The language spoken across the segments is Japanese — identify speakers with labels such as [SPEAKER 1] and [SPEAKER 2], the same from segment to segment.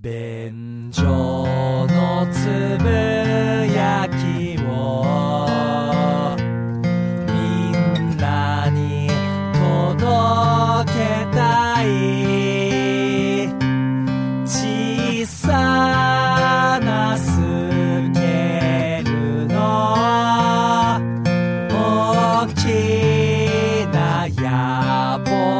[SPEAKER 1] 便所のつぶやきをみんなに届けたい小さなスケールの大きな野望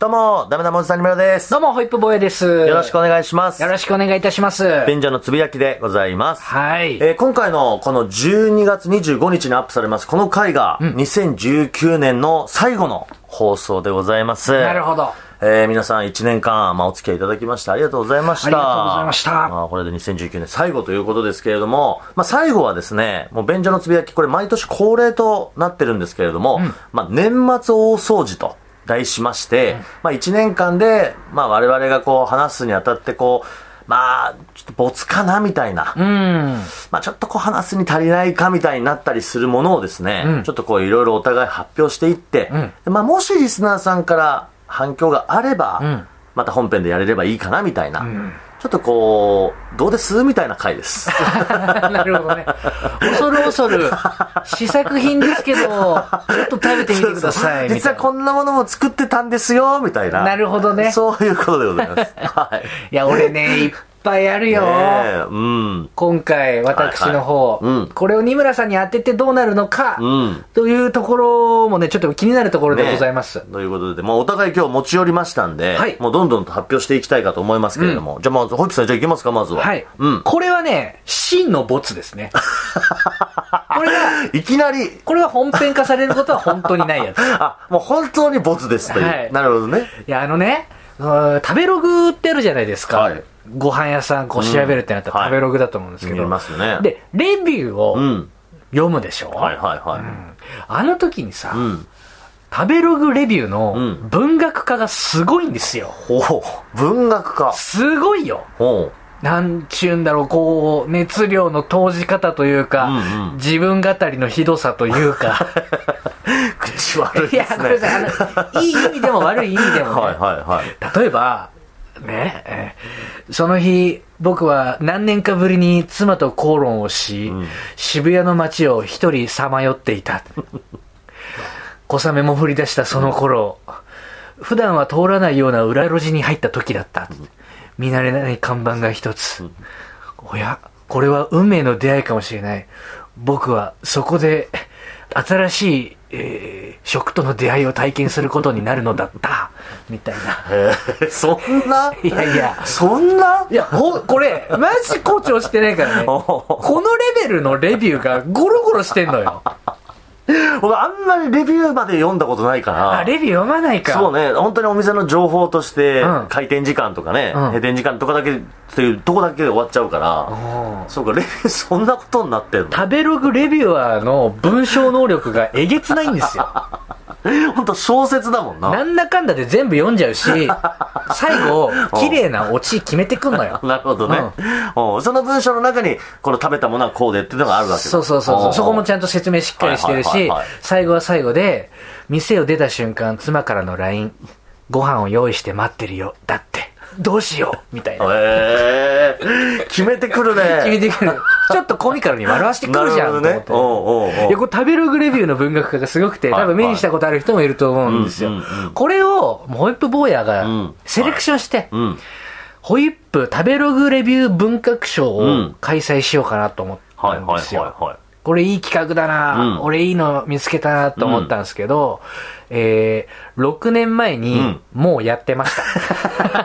[SPEAKER 2] どうも、ダメなモズさんにむろです。
[SPEAKER 3] どうも、ホイップボーイです。よ
[SPEAKER 2] よろしくお願いします。
[SPEAKER 3] ろしくお願いいたします。
[SPEAKER 2] 便所のつぶやきでございます。
[SPEAKER 3] はい。
[SPEAKER 2] えー今回のこの12月25日にアップされます、この回が2019年の最後の放送でございます。
[SPEAKER 3] なるほど。
[SPEAKER 2] えー皆さん1年間、まあ、お付き合いいただきましてありがとうございました。
[SPEAKER 3] ありがとうございました
[SPEAKER 2] まあ、これで2019年最後ということですけれども、まあ、最後はですね、もう便所のつぶやき、これ毎年恒例となってるんですけれども、まあ、年末大掃除と。題しまして、まあ1年間で、まあ我々がこう話すにあたってこう、まあ、ちょっとボツかなみたいな、
[SPEAKER 3] うん。
[SPEAKER 2] まあ、ちょっとこう話すに足りないかみたいになったりするものをですね、
[SPEAKER 3] うん
[SPEAKER 2] ちょっとこういろいろお互い発表していって、
[SPEAKER 3] ん
[SPEAKER 2] でまあ、もしリスナーさんから反響があれば、
[SPEAKER 3] ん
[SPEAKER 2] また本編でやれればいいかなみたいな、
[SPEAKER 3] ん
[SPEAKER 2] ちょっとこう、どうですみたいな 回です。
[SPEAKER 3] なるほどね。恐る恐る、試作品ですけど、ちょっと食べてみてください。み
[SPEAKER 2] 実
[SPEAKER 3] たい
[SPEAKER 2] は
[SPEAKER 3] な
[SPEAKER 2] こんなものも作ってたんですよ、みたいな。
[SPEAKER 3] なるほどね
[SPEAKER 2] そういうことでございます。はい。
[SPEAKER 3] いや、俺 ね、いっぱいあるよ。
[SPEAKER 2] ねえうん。
[SPEAKER 3] 今回、私の方、
[SPEAKER 2] はいはいうん
[SPEAKER 3] これを二村さんに当ててどうなるのか、
[SPEAKER 2] うん
[SPEAKER 3] というところもね、ちょっと気になるところでございます。
[SPEAKER 2] ねということで、もうお互い今日持ち寄りましたんで、
[SPEAKER 3] はい
[SPEAKER 2] もうどんどんと発表していきたいかと思いますけれども、じゃあまず、ホイップさん、じゃあ行きますか、まずは。
[SPEAKER 3] はい、
[SPEAKER 2] うん。
[SPEAKER 3] これはね、真のボツです ね。これが、
[SPEAKER 2] いきなり、
[SPEAKER 3] これは本編化されることは本当にないやつ。
[SPEAKER 2] あ、もう本当にボツですという。
[SPEAKER 3] はい
[SPEAKER 2] なるほどね。
[SPEAKER 3] いや、あのね、うー食べログってあるじゃないですか。
[SPEAKER 2] はい
[SPEAKER 3] ご飯屋さんこう調べるってなった
[SPEAKER 2] うん
[SPEAKER 3] ら
[SPEAKER 2] はい
[SPEAKER 3] 食べログだと思うんですけ
[SPEAKER 2] 見
[SPEAKER 3] ど。
[SPEAKER 2] えますね。、
[SPEAKER 3] で、レビュー
[SPEAKER 2] う
[SPEAKER 3] を
[SPEAKER 2] ん。
[SPEAKER 3] 読むでしょ、
[SPEAKER 2] はいはいは
[SPEAKER 3] あの時にさ、
[SPEAKER 2] い。うん。
[SPEAKER 3] 食べログレビュー
[SPEAKER 2] う
[SPEAKER 3] の
[SPEAKER 2] ん
[SPEAKER 3] 文学化がすごいんですよ。
[SPEAKER 2] ほう。文学か。
[SPEAKER 3] すごいよ。
[SPEAKER 2] ほ
[SPEAKER 3] なんちゅうんだろう、こう、熱量の投じ方というか、
[SPEAKER 2] うんうん
[SPEAKER 3] 自分語りのひどさというか、
[SPEAKER 2] う。口悪い
[SPEAKER 3] い
[SPEAKER 2] で
[SPEAKER 3] や、
[SPEAKER 2] す
[SPEAKER 3] こ
[SPEAKER 2] ね。
[SPEAKER 3] れさ、あの、いい意味でも悪い意味でも、ね、
[SPEAKER 2] はいはいはい。
[SPEAKER 3] 例えば、ね、えーその日、僕は何年かぶりに妻と口論をし、
[SPEAKER 2] ん
[SPEAKER 3] 渋谷の街を一人さまよっていた。小雨も降り出したその頃、普段は通らないような裏路地に入った時だった。見慣れない看板が一つ。おや、これは運命の出会いかもしれない。僕はそこで新しい、えー食との出会いを体験することになるのだった。みたいな。
[SPEAKER 2] えーそんない
[SPEAKER 3] やいや。
[SPEAKER 2] そんない
[SPEAKER 3] や、ほ、これ、マジ誇張してないからね。
[SPEAKER 2] お
[SPEAKER 3] このレベルのレビューがゴロゴロしてんのよ。
[SPEAKER 2] 僕あんまりレビューまで読んだことないから。
[SPEAKER 3] あ、レビュー読まないか。
[SPEAKER 2] そうね、本当にお店の情報として、
[SPEAKER 3] うん
[SPEAKER 2] 開店時間とかね、
[SPEAKER 3] うん
[SPEAKER 2] 閉店時間とかだけっていうとこだけで終わっちゃうから、
[SPEAKER 3] うん
[SPEAKER 2] そうか、レビューそんなことになってんの
[SPEAKER 3] 食べログレビュアーの文章能力がえげつないんですよ。
[SPEAKER 2] 本当小説だもんな。
[SPEAKER 3] なんだかんだで全部読んじゃうし、最後、綺麗なオチ決めてくんのよ。
[SPEAKER 2] なるほどね、うんその文章の中に、この食べたものはこうでっていうのがあるわけだ
[SPEAKER 3] そうそうそうそう。そこもち
[SPEAKER 2] ゃ
[SPEAKER 3] ゃんと説明しっかりしてる
[SPEAKER 2] はいはい
[SPEAKER 3] し
[SPEAKER 2] はいはい、
[SPEAKER 3] 最後は最後で、店を出た瞬間、妻からの LINE、ご飯を用意して待ってるよ。だって、どうしようみたいな。
[SPEAKER 2] へえ決めてくるね。
[SPEAKER 3] 決めてく る。ちょっとコミカルに笑わしてくるじゃん、
[SPEAKER 2] なる
[SPEAKER 3] と思っ
[SPEAKER 2] ほどね。おうおう
[SPEAKER 3] て。
[SPEAKER 2] おう
[SPEAKER 3] いや、これ食べログレビューの文学化がすごくて、
[SPEAKER 2] はい
[SPEAKER 3] 多分目にしたことある人もいると思うんですよ
[SPEAKER 2] うんうんうん。
[SPEAKER 3] これを、もうホイップ坊やが
[SPEAKER 2] うん
[SPEAKER 3] セレクションして、
[SPEAKER 2] うん。
[SPEAKER 3] ホイップ食べログレビュー文学賞
[SPEAKER 2] う
[SPEAKER 3] を
[SPEAKER 2] ん
[SPEAKER 3] 開催しようかなと思った
[SPEAKER 2] はい
[SPEAKER 3] ん
[SPEAKER 2] は
[SPEAKER 3] で
[SPEAKER 2] い
[SPEAKER 3] す
[SPEAKER 2] は
[SPEAKER 3] よ。
[SPEAKER 2] いはい。
[SPEAKER 3] これいい企画だな、
[SPEAKER 2] うん
[SPEAKER 3] 俺いいの見つけたなと思ったんですけど、えー、6年前
[SPEAKER 2] う
[SPEAKER 3] に
[SPEAKER 2] ん
[SPEAKER 3] もうやってまし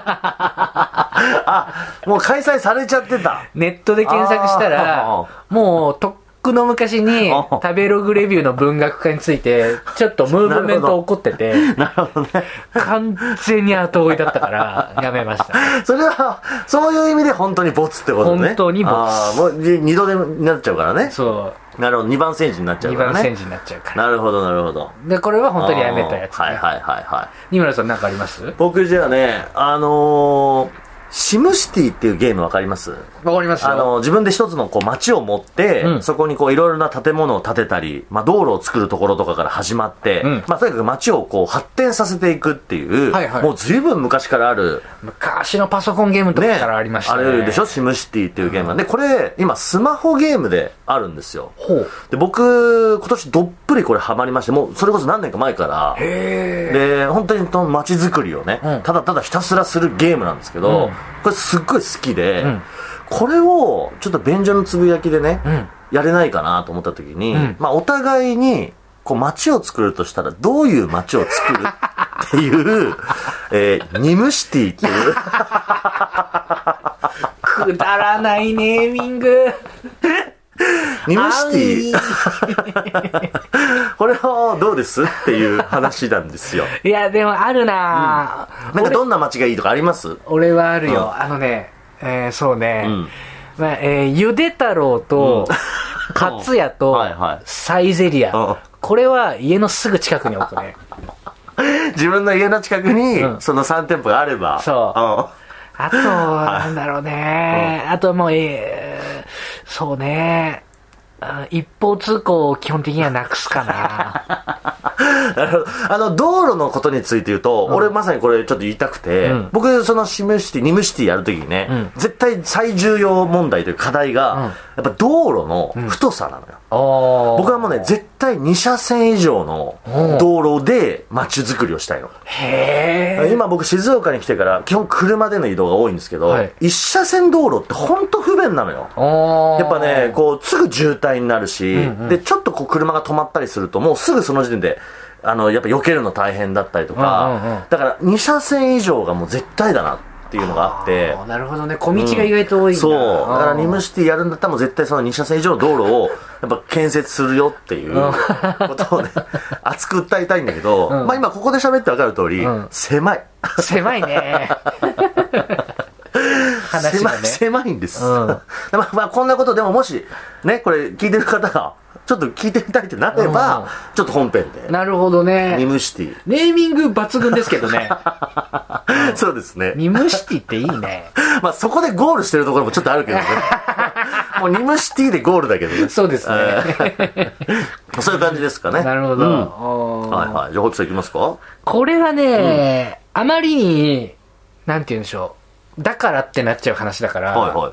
[SPEAKER 3] た。
[SPEAKER 2] あ、もう開催されちゃってた。
[SPEAKER 3] ネットで検索した
[SPEAKER 2] あ
[SPEAKER 3] ら、もうとっくの昔に
[SPEAKER 2] あ
[SPEAKER 3] 食べログレビューの文学化について、ちょっとムーブメント起こってて、
[SPEAKER 2] なるほどね。
[SPEAKER 3] 完全に後追いだった から、やめました。
[SPEAKER 2] それは、そういう意味で本当にボツってことね。
[SPEAKER 3] 本当にボツ
[SPEAKER 2] あーもうに二度手になっちゃうからね。
[SPEAKER 3] そ
[SPEAKER 2] なるほど、二番煎じになっ
[SPEAKER 3] う、
[SPEAKER 2] ちゃう
[SPEAKER 3] 2
[SPEAKER 2] から
[SPEAKER 3] 番
[SPEAKER 2] ね。
[SPEAKER 3] 戦時になっちゃうから。
[SPEAKER 2] なるほど、なるほど。
[SPEAKER 3] で、これは本当にやめたやつ、
[SPEAKER 2] あーはい
[SPEAKER 3] ね。
[SPEAKER 2] はいはいはい。
[SPEAKER 3] 二村さんなんかあります
[SPEAKER 2] 僕じゃあね、あのーシムシティっていうゲームわかります
[SPEAKER 3] わかりますよ
[SPEAKER 2] あの、自分で一つのこう街を持って、
[SPEAKER 3] うん
[SPEAKER 2] そこにこういろいろな建物を建てたり、まあ道路を作るところとかから始まって、
[SPEAKER 3] うん
[SPEAKER 2] まあとにかく街をこう発展させていくっていう、
[SPEAKER 3] はいはい
[SPEAKER 2] もう随分昔からある、
[SPEAKER 3] 昔のパソコンゲームとかからありましたね
[SPEAKER 2] あれでしょシムシティっていうゲームは、で、これ、今スマホゲームであるんですよ。
[SPEAKER 3] ほう
[SPEAKER 2] で、僕、今年どっぷりこれハマりまして、もうそれこそ何年か前から、
[SPEAKER 3] へえ
[SPEAKER 2] で、本当にその街づくりをね、
[SPEAKER 3] うん
[SPEAKER 2] ただただひたすらするゲームなんですけ
[SPEAKER 3] う
[SPEAKER 2] ど、
[SPEAKER 3] ん
[SPEAKER 2] これすっごい好きで、
[SPEAKER 3] ん
[SPEAKER 2] これをちょっと便所のつぶやきでね、
[SPEAKER 3] ん
[SPEAKER 2] やれないかなと思った時に、
[SPEAKER 3] ん
[SPEAKER 2] まあお互いに、こう街を作るとしたらどういう街を作るって いう、えーニムシティっていう、
[SPEAKER 3] くだらないネーミング
[SPEAKER 2] ニムシ
[SPEAKER 3] あ
[SPEAKER 2] ティ
[SPEAKER 3] い
[SPEAKER 2] これをどうですっていう話なんですよ。
[SPEAKER 3] いやでもあるなぁ、
[SPEAKER 2] なんかどんな街がいいとかあります
[SPEAKER 3] 俺はあるよ、
[SPEAKER 2] うん
[SPEAKER 3] あのね、えーそうね、
[SPEAKER 2] うん
[SPEAKER 3] まあえーゆで太郎と、かつやと、
[SPEAKER 2] はいはい
[SPEAKER 3] サイゼリア、
[SPEAKER 2] うん
[SPEAKER 3] これは家のすぐ近くに置く ね
[SPEAKER 2] 自分の家の近くに、
[SPEAKER 3] うん
[SPEAKER 2] その3店舗があれば。
[SPEAKER 3] そ
[SPEAKER 2] うん
[SPEAKER 3] あとなんだろうね、あともう、えーそうねあ一方通行を基本的にはなくすか な
[SPEAKER 2] なるほどあの、道路のことについて言うと、俺まさにこれちょっと言いたくて、
[SPEAKER 3] うん
[SPEAKER 2] 僕、そのシムシティ、ニムシティやるときにね、
[SPEAKER 3] ん
[SPEAKER 2] 絶対最重要問題という課題が、
[SPEAKER 3] うん
[SPEAKER 2] やっぱ道路の太さなのよ。
[SPEAKER 3] おー
[SPEAKER 2] 僕はもうね、絶対2車線以上の
[SPEAKER 3] うん
[SPEAKER 2] 道路で街づくりをしたいの。
[SPEAKER 3] へえ
[SPEAKER 2] 今僕静岡に来てから基本車での移動が多いんですけど、
[SPEAKER 3] はい
[SPEAKER 2] 一車線道路ってほんと不便なのよ。やっぱね、こう、すぐ渋滞になるし、で、ちょっとこう、車が止まったりすると、もうすぐその時点で、あの、やっぱ避けるの大変だったりとか、
[SPEAKER 3] うんうんうん
[SPEAKER 2] だから、2車線以上がもう絶対だなっていうのがあって、
[SPEAKER 3] なるほどね小道が意外と多いんだ、
[SPEAKER 2] そう。だから、ニ
[SPEAKER 3] あー
[SPEAKER 2] ムシティやるんだったらもう絶対その2車線以上の道路を、やっぱ建設するよっていうことを ね、熱く訴えたいんだけど、
[SPEAKER 3] うん
[SPEAKER 2] まあ今ここで喋ってわかる通り、
[SPEAKER 3] うん
[SPEAKER 2] 狭い。
[SPEAKER 3] 狭い ね話
[SPEAKER 2] 狭
[SPEAKER 3] が
[SPEAKER 2] い
[SPEAKER 3] ね
[SPEAKER 2] 狭いんです、
[SPEAKER 3] うん
[SPEAKER 2] まあまあこんなことでももしねこれ聞いてる方がちょっと聞いてみたいってなれば、
[SPEAKER 3] うん
[SPEAKER 2] ちょっと本編で
[SPEAKER 3] なるほど
[SPEAKER 2] ニ
[SPEAKER 3] ね。
[SPEAKER 2] ムシティ、
[SPEAKER 3] ネーミング抜群ですけど ね。
[SPEAKER 2] そうですね
[SPEAKER 3] ニムシティっていいね。
[SPEAKER 2] まあそこでゴールしてるところもちょっとあるけ どねもうニムシティでゴールだけどね
[SPEAKER 3] そうですね。
[SPEAKER 2] そういう感じですか ね
[SPEAKER 3] なるほ
[SPEAKER 2] うん
[SPEAKER 3] ど。おー
[SPEAKER 2] はいはいじゃあホップさんいきますか
[SPEAKER 3] これはね、あまりに、なんて言うんでしょう。だからってなっちゃう話だから、
[SPEAKER 2] はいはい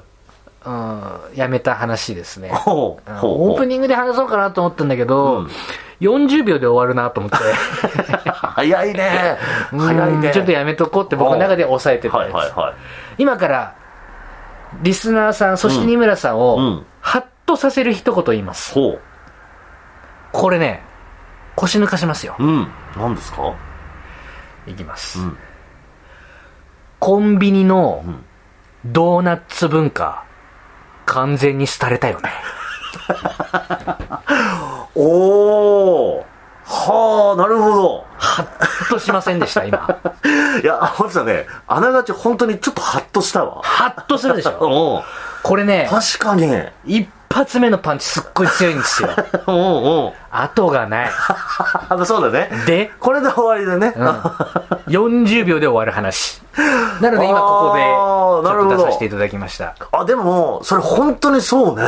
[SPEAKER 3] うん、やめた話ですね。
[SPEAKER 2] ほう
[SPEAKER 3] うん
[SPEAKER 2] ほうほう
[SPEAKER 3] オープニングで話そうかなと思ったんだけど、40秒で終わるなと思って、
[SPEAKER 2] 早いね 早い
[SPEAKER 3] うん
[SPEAKER 2] ね
[SPEAKER 3] ちょっとやめとこうって僕の中で抑えてた
[SPEAKER 2] は
[SPEAKER 3] や
[SPEAKER 2] い
[SPEAKER 3] つ。
[SPEAKER 2] はいは
[SPEAKER 3] 今から、リスナーさん、そして二村さんを、
[SPEAKER 2] うんうん
[SPEAKER 3] ハッとさせる一言言いま
[SPEAKER 2] い
[SPEAKER 3] す。
[SPEAKER 2] ほう
[SPEAKER 3] これね、腰抜かしますよ。
[SPEAKER 2] うん何ですか
[SPEAKER 3] いきます。
[SPEAKER 2] ん
[SPEAKER 3] コンビニの
[SPEAKER 2] ん
[SPEAKER 3] ドーナツ文化、完全に廃れたよね。
[SPEAKER 2] おおはあなるほど
[SPEAKER 3] ハッとしませんでした、今。
[SPEAKER 2] いや、本さんね、あながち本当にちょっとハッとしたわ。
[SPEAKER 3] ハッとするでしょ。
[SPEAKER 2] おう
[SPEAKER 3] これね、
[SPEAKER 2] 確かに。
[SPEAKER 3] 一発目のパンチすっごい強いんですよ。
[SPEAKER 2] おう
[SPEAKER 3] 後がない。
[SPEAKER 2] おう そうだね。
[SPEAKER 3] で、
[SPEAKER 2] これで終わりでね。
[SPEAKER 3] うん、40秒で終わる話。なので今ここで、
[SPEAKER 2] あーなるほど
[SPEAKER 3] ちょっと出させていただきました。
[SPEAKER 2] あ、でも、それ本当にそうね。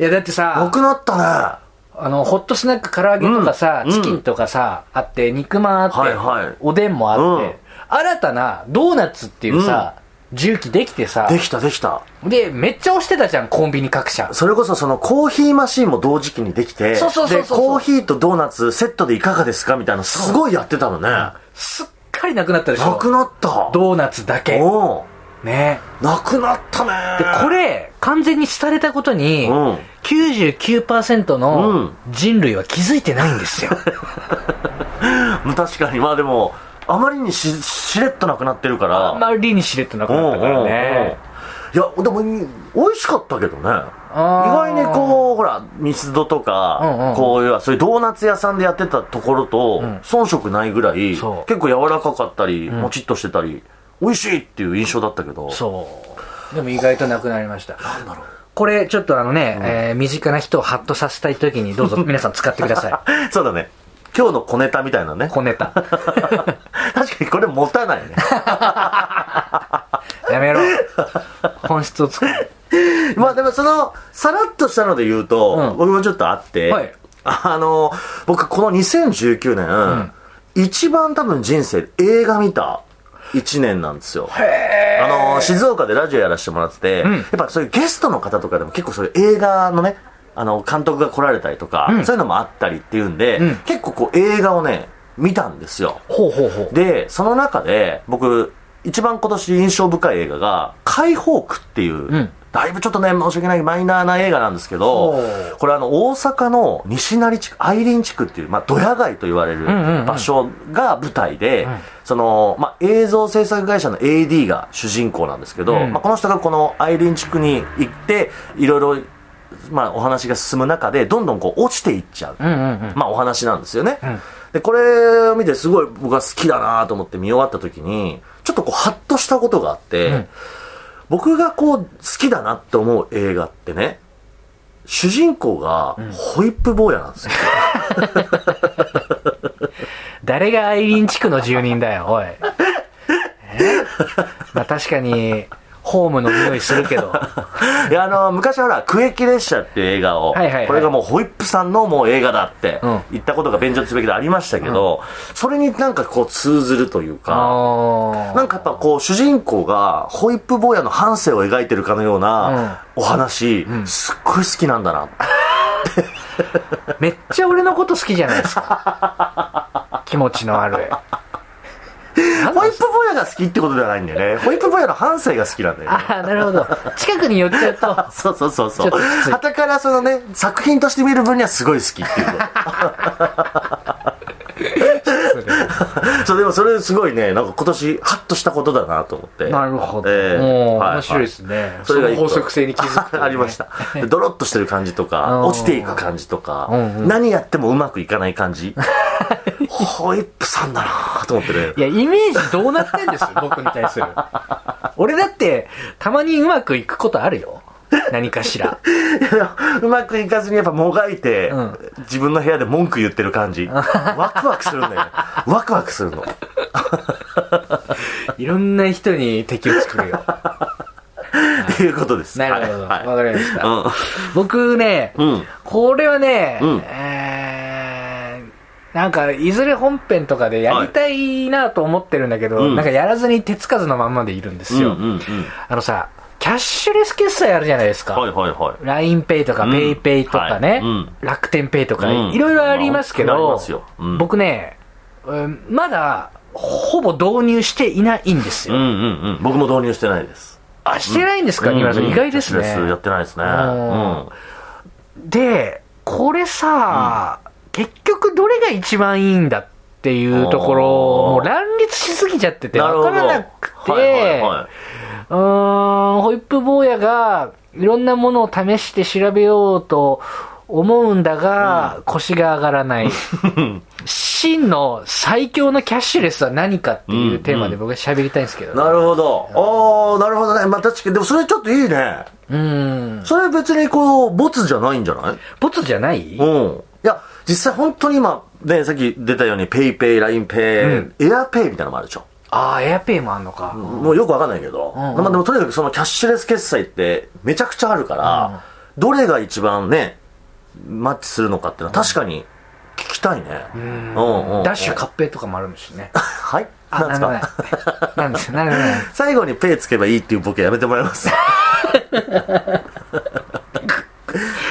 [SPEAKER 3] いやだってさ
[SPEAKER 2] な、くなった
[SPEAKER 3] あの、ホットスナック唐揚げとかさ、
[SPEAKER 2] うん
[SPEAKER 3] チキンとかさ、あって、肉まんあって、
[SPEAKER 2] はいはい
[SPEAKER 3] おでんもあって、
[SPEAKER 2] うん
[SPEAKER 3] 新たなドーナツっていうさ、重機できてさ
[SPEAKER 2] ね。で、きたできた。
[SPEAKER 3] で、めっちゃ押してたじゃん、コンビニ各社。
[SPEAKER 2] それこそそのコーヒーマシンも同時期にできて、
[SPEAKER 3] そうそうそうそう
[SPEAKER 2] で、コーヒーとドーナツセットでいかがですかみたいな、すごいやってたのね。な
[SPEAKER 3] すっかりなくなったでしょ
[SPEAKER 2] く。なった。
[SPEAKER 3] ドーナツだけ。
[SPEAKER 2] おう
[SPEAKER 3] ね。
[SPEAKER 2] なくなったね
[SPEAKER 3] で、これ、完全に廃れたことに、
[SPEAKER 2] うん
[SPEAKER 3] 99%
[SPEAKER 2] う
[SPEAKER 3] の
[SPEAKER 2] ん
[SPEAKER 3] 人類は気づいてないんです よ。
[SPEAKER 2] まあ確かに、まあでも、あまりにししれっとなくなってるから。
[SPEAKER 3] あんまりにしれっとなく
[SPEAKER 2] うん
[SPEAKER 3] なった
[SPEAKER 2] うん
[SPEAKER 3] か
[SPEAKER 2] う
[SPEAKER 3] ら
[SPEAKER 2] ん
[SPEAKER 3] ね。
[SPEAKER 2] いやでも美味しかったけどね意
[SPEAKER 3] あー
[SPEAKER 2] 外にこうほら密度とか、
[SPEAKER 3] うんうん
[SPEAKER 2] こういうそういうドーナツ屋さんでやってたところと、遜色ないぐらい結
[SPEAKER 3] そう
[SPEAKER 2] 構柔らかかったり、もちっとしてたり美味しいっていう印象だったけど
[SPEAKER 3] そう。でも意外となくなりました。これ、ちょっとあのね、えー身近な人をハッとさせたい時にどうぞ皆さん使ってくださ い。
[SPEAKER 2] そうだね今日の小ネタみたい なね
[SPEAKER 3] 小ネタ。
[SPEAKER 2] 確かにこれ持たないね
[SPEAKER 3] えやめろ。本質をつく。
[SPEAKER 2] まあでもその、さらっとしたので言うと、
[SPEAKER 3] うん
[SPEAKER 2] 僕もちょっとあって、
[SPEAKER 3] はい
[SPEAKER 2] あの、僕この2019年、一番多分人生で映画見た1年なんですよ。あの、静岡でラジオやらせてもらってて、
[SPEAKER 3] ん
[SPEAKER 2] やっぱそういうゲストの方とかでも結構そういう映画のね、あの、監督が来られたりとか、
[SPEAKER 3] ん
[SPEAKER 2] そういうのもあったりっていうんで、
[SPEAKER 3] ん
[SPEAKER 2] 結構こう映画をね、見たんですよ。
[SPEAKER 3] ほうほうほう。
[SPEAKER 2] で、その中で、僕、一番今年印象深い映画が、解放区っていう、
[SPEAKER 3] ん
[SPEAKER 2] だいぶちょっとね、申し訳ないマイナーな映画なんですけど
[SPEAKER 3] ほう、
[SPEAKER 2] これあの、大阪の西成地区、愛林地区っていう、まあ、ドヤ街と言われる
[SPEAKER 3] んうんうん
[SPEAKER 2] 場所が舞台で、その、まあ、映像制作会社の AD が主人公なんですけど、
[SPEAKER 3] うん
[SPEAKER 2] まあ、この人がこの愛林地区に行って、いろいろ、まあ、お話が進む中で、どんどんこう、落ちていっちゃう。
[SPEAKER 3] うんうんうん。
[SPEAKER 2] まあお話なんですよね。
[SPEAKER 3] ん
[SPEAKER 2] で、これを見てすごい僕は好きだなと思って見終わった時に、ちょっとこうハッとしたことがあって、
[SPEAKER 3] ん
[SPEAKER 2] 僕がこう好きだなって思う映画ってね、主人公がホイップ坊やなんです よ。
[SPEAKER 3] 誰がアイリン地区の住人だよ、 おい。えまあ確かに、ホームの匂いするけ ど。
[SPEAKER 2] いや、あの、昔ほら、区域列車っていう映画を、
[SPEAKER 3] はいはいはい
[SPEAKER 2] これがもうホイップさんのもう映画だって
[SPEAKER 3] うん
[SPEAKER 2] 言ったことが便乗すべきでありましたけど、それになんかこう通ずるというか、
[SPEAKER 3] あ
[SPEAKER 2] なんかやっぱこう主人公がホイップ坊やの半生を描いてるかのようなお話、すっごい好きなんだな。
[SPEAKER 3] あ。めっちゃ俺のこと好きじゃないですか。 気持ちの悪い。
[SPEAKER 2] ホイップ坊やが好きってことではないんだ よね。ホイップ坊やの半生が好きなんだよね。
[SPEAKER 3] ああ、なるほど。近くに寄っちゃうと、
[SPEAKER 2] そうそうそうそう。
[SPEAKER 3] ちょっときつい
[SPEAKER 2] はたからそのね、作品として見る分にはすごい好きっていうこと。 そう、でもそれすごいね、なんか今年、ハッとしたことだなと思って。
[SPEAKER 3] なるほど。
[SPEAKER 2] ええ
[SPEAKER 3] もう、
[SPEAKER 2] は
[SPEAKER 3] 面白いですね。そ
[SPEAKER 2] が
[SPEAKER 3] の
[SPEAKER 2] 一個
[SPEAKER 3] 法則性に気づくというね
[SPEAKER 2] ありました。でドロッとしてる感じとか、
[SPEAKER 3] うん
[SPEAKER 2] 落ちていく感じとか、
[SPEAKER 3] うんうん
[SPEAKER 2] 何やってもうまくいかない 感じ。ホイップさんだなと思ってね
[SPEAKER 3] い。や、イメージどうなってんです 僕に対する。俺だって、たまにうまくいくことあるよ。何かし ら。
[SPEAKER 2] うまくいかずにやっぱもがいて、
[SPEAKER 3] うん
[SPEAKER 2] 自分の部屋で文句言ってる感じ。ワクワクするんだよね。ワクワクするの。
[SPEAKER 3] いろんな人に敵を作るよ。
[SPEAKER 2] っていうことです。
[SPEAKER 3] なるほど。わ、
[SPEAKER 2] はいはい
[SPEAKER 3] かりました。
[SPEAKER 2] うん
[SPEAKER 3] 僕ね、
[SPEAKER 2] うん
[SPEAKER 3] これはね、
[SPEAKER 2] うん
[SPEAKER 3] えーなんか、いずれ本編とかでやりたいなと思ってるんだけど、
[SPEAKER 2] うん
[SPEAKER 3] なんかやらずに手つかずのまんまでいるんです
[SPEAKER 2] うん
[SPEAKER 3] よ。
[SPEAKER 2] うんうん。
[SPEAKER 3] あのさ、キャッシュレス決済あるじゃないですか。
[SPEAKER 2] はいはいは
[SPEAKER 3] l i n e イとか
[SPEAKER 2] うん
[SPEAKER 3] PayPay とか
[SPEAKER 2] はい
[SPEAKER 3] ね
[SPEAKER 2] うん、
[SPEAKER 3] 楽天 Pay とか、
[SPEAKER 2] うん
[SPEAKER 3] いろいろありますけ
[SPEAKER 2] まあ
[SPEAKER 3] ど
[SPEAKER 2] 大きくなりますようん、
[SPEAKER 3] 僕ね、うんまだ、ほぼ導入していないんです
[SPEAKER 2] い。うん
[SPEAKER 3] よ。
[SPEAKER 2] うんうん。僕も導入してないです。
[SPEAKER 3] あ、してないんですか、二村さん。意外です
[SPEAKER 2] キャッシュレス
[SPEAKER 3] ね
[SPEAKER 2] やっ。てないですね。うん
[SPEAKER 3] んで、これさ、結局どれが一番いいんだっていうところ、
[SPEAKER 2] おー
[SPEAKER 3] もう乱立しすぎちゃってて、
[SPEAKER 2] なる
[SPEAKER 3] わ
[SPEAKER 2] ほど。
[SPEAKER 3] からなくて、
[SPEAKER 2] はいはいは
[SPEAKER 3] うーん、ホイップ坊やが、いろんなものを試して調べようと思うんだが、腰が上がら ない。真の最強のキャッシュレスは何かっていうテーマで僕は喋りたいんですけど
[SPEAKER 2] い。。なるほど。ああ、なるほどね。まあ確かに、でもそれちょっといいね。
[SPEAKER 3] うん。
[SPEAKER 2] それ別にこう、ボツじゃないんじゃない
[SPEAKER 3] ボツじゃない
[SPEAKER 2] うん。いや、実際本当に今、ね、さっき出たように、ペイペイ、ラインペイ、エアペイみたいなのもあるでしょ。
[SPEAKER 3] ああ、エアペイもあんのか。
[SPEAKER 2] もうよくわかんないけど。
[SPEAKER 3] んうん
[SPEAKER 2] まあでもとにかくそのキャッシュレス決済ってめちゃくちゃあるから、どれが一番ね、マッチするのかっていうのは確かに聞きたいね。うん。うんうん
[SPEAKER 3] ダッシュ合併とかもあるんですよね。
[SPEAKER 2] はい
[SPEAKER 3] あ、
[SPEAKER 2] なん
[SPEAKER 3] な
[SPEAKER 2] で
[SPEAKER 3] ん
[SPEAKER 2] す
[SPEAKER 3] でも
[SPEAKER 2] か
[SPEAKER 3] ない。なんですよ、なんでもない。
[SPEAKER 2] 最後にペイつけばいいっていうボケやめてもらえま すね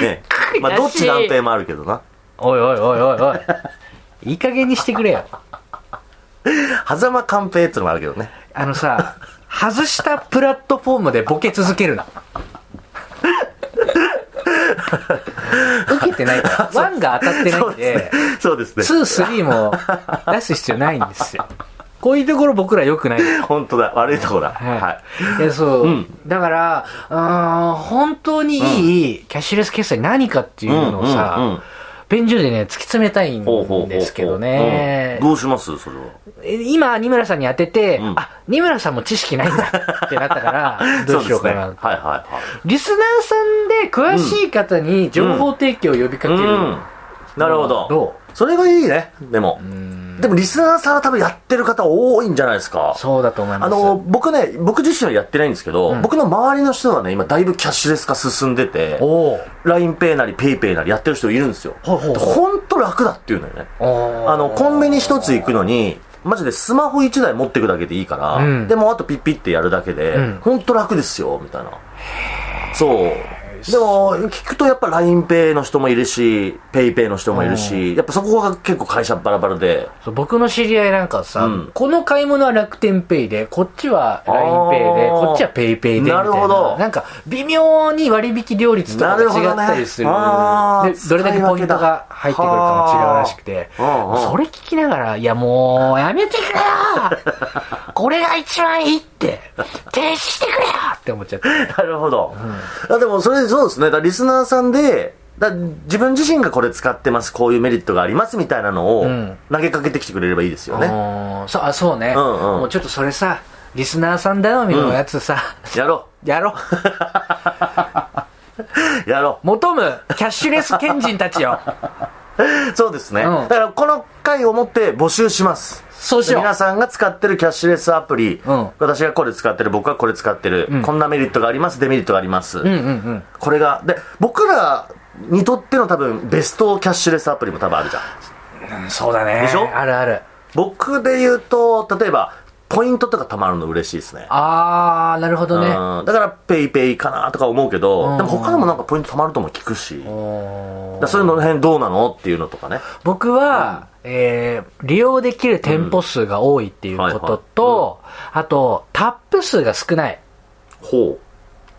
[SPEAKER 2] えまあどっち断定もあるけどな
[SPEAKER 3] おいおいおいおいおい。いい加減にしてくれよ。
[SPEAKER 2] 狭間寛平ってのもあるけどね
[SPEAKER 3] あのさ、外したプラットフォームでボケ続けるな。受けてない から。ワンが当たってない
[SPEAKER 2] そ
[SPEAKER 3] ん
[SPEAKER 2] う
[SPEAKER 3] で
[SPEAKER 2] で、すねそうですね
[SPEAKER 3] ツー、スリーも出す必要ないんですよ。こういうところ僕ら良くない。
[SPEAKER 2] 本当だ悪いとこだはい、
[SPEAKER 3] いやそう、
[SPEAKER 2] ん
[SPEAKER 3] だから、うーん本当にいいキャッシュレス決済何かっていうのをさ、
[SPEAKER 2] うんうんうん
[SPEAKER 3] 便所でね、突き詰めたい
[SPEAKER 2] ほうほうほうほ
[SPEAKER 3] ん
[SPEAKER 2] う
[SPEAKER 3] ですけどね。
[SPEAKER 2] うんどうしますそれは
[SPEAKER 3] え今、二村さんに当てて、
[SPEAKER 2] ん
[SPEAKER 3] あ、二村さんも知識ないんだってなった から、どうしようかな。
[SPEAKER 2] そですねはいはいはい
[SPEAKER 3] リスナーさんで詳しい方に情報提供を呼びかける。
[SPEAKER 2] うんなるほど
[SPEAKER 3] ど
[SPEAKER 2] それがいいねでも
[SPEAKER 3] うーん
[SPEAKER 2] でもリスナーさんは多分やってる方多いんじゃないですか。
[SPEAKER 3] そうだと思います。
[SPEAKER 2] あの、僕ね、僕自身はやってないんですけど、
[SPEAKER 3] ん
[SPEAKER 2] 僕の周りの人はね、今だいぶキャッシュレス化進んでて、
[SPEAKER 3] おー
[SPEAKER 2] LINEPay なり PayPay なりやってる人いるんですよ。
[SPEAKER 3] ほうほう
[SPEAKER 2] ほんと楽だっていうのよね。
[SPEAKER 3] おー
[SPEAKER 2] あの、コンビニ一つ行くのに、マジでスマホ1台持ってくだけでいいから、
[SPEAKER 3] うん
[SPEAKER 2] でもうあとピッピってやるだけで、
[SPEAKER 3] うん
[SPEAKER 2] ほんと楽ですよ、みたいな。そう。でも、聞くとやっぱ LINEPay の人もいるし、PayPay の人もいるし、やっぱそこが結構会社バラバラで、
[SPEAKER 3] そう僕の知り合いなんかさ、
[SPEAKER 2] うん
[SPEAKER 3] この買い物は楽天ペイで、こっちは LINEPay で、
[SPEAKER 2] あー
[SPEAKER 3] こっちは PayPay でみたいな。
[SPEAKER 2] なるほど
[SPEAKER 3] なんか、微妙に割引料率とかが違ったりする。
[SPEAKER 2] なるほどねあー
[SPEAKER 3] で、どれだけポイントが入ってくるかも違うらしくて。
[SPEAKER 2] うんうん
[SPEAKER 3] それ聞きながら、いやもう、やめてく れよこれが一番いいって停止してくれよって思っちゃった。
[SPEAKER 2] なるほど。あでも、それ、そうですね。だからリスナーさんで、だ自分自身がこれ使ってます、こういうメリットがありますみたいなのを
[SPEAKER 3] ん
[SPEAKER 2] 投げかけてきてくれればいいですよね。
[SPEAKER 3] ね。そう、あ、そうね。
[SPEAKER 2] うんうん
[SPEAKER 3] もうちょっとそれさ、リスナーさん頼みのやつさ、
[SPEAKER 2] やろ
[SPEAKER 3] やろう。
[SPEAKER 2] う。やろ
[SPEAKER 3] 求むキャッシュレス賢人たちよ。
[SPEAKER 2] う。そうですね。
[SPEAKER 3] うん
[SPEAKER 2] だから、この回をもって募集します。
[SPEAKER 3] そうしよう
[SPEAKER 2] 皆さんが使ってるキャッシュレスアプリ、
[SPEAKER 3] うん
[SPEAKER 2] 私がこれ使ってる、僕がこれ使ってる、こんなメリットがあります、デメリットがあります。
[SPEAKER 3] うんうんうん。
[SPEAKER 2] これが、で、僕らにとっての多分、ベストキャッシュレスアプリも多分あるじゃん。
[SPEAKER 3] そうだね。
[SPEAKER 2] でしょ
[SPEAKER 3] あるある。
[SPEAKER 2] 僕で言うと、例えば、ポイントとか貯まるの嬉しいですね。
[SPEAKER 3] あー、なるほどね。
[SPEAKER 2] うんだからペイペイかなとか思うけど、
[SPEAKER 3] ん
[SPEAKER 2] でも他でもなんかポイント貯まるとも聞くし、だか
[SPEAKER 3] おー
[SPEAKER 2] らそういうの辺どうなのっていうのとかね。
[SPEAKER 3] 僕は、えー、利用できる店舗数が多いっていうことと、あと、タップ数が少ない。
[SPEAKER 2] ほう。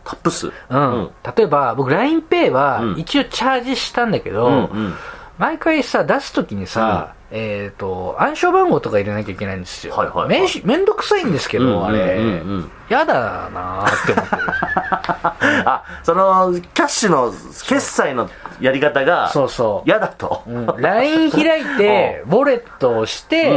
[SPEAKER 2] タップ数
[SPEAKER 3] うん。例えば、僕、LINEPay は
[SPEAKER 2] う、ん
[SPEAKER 3] 一応チャージしたんだけど、
[SPEAKER 2] うんうん
[SPEAKER 3] 毎回さ、出すときにさ、えっ、と、暗証番号とか入れなきゃいけないんですよ。
[SPEAKER 2] はいはいはい
[SPEAKER 3] めんしめんどくさいんですけど、
[SPEAKER 2] うん
[SPEAKER 3] あれ、
[SPEAKER 2] うんうんうん
[SPEAKER 3] やだなーって思 ってる。
[SPEAKER 2] あ、その、キャッシュの決済のやり方が、
[SPEAKER 3] そうそう。
[SPEAKER 2] 嫌だと。うん、
[SPEAKER 3] うん LINE 開いて、ウォレットを押し
[SPEAKER 2] うん
[SPEAKER 3] て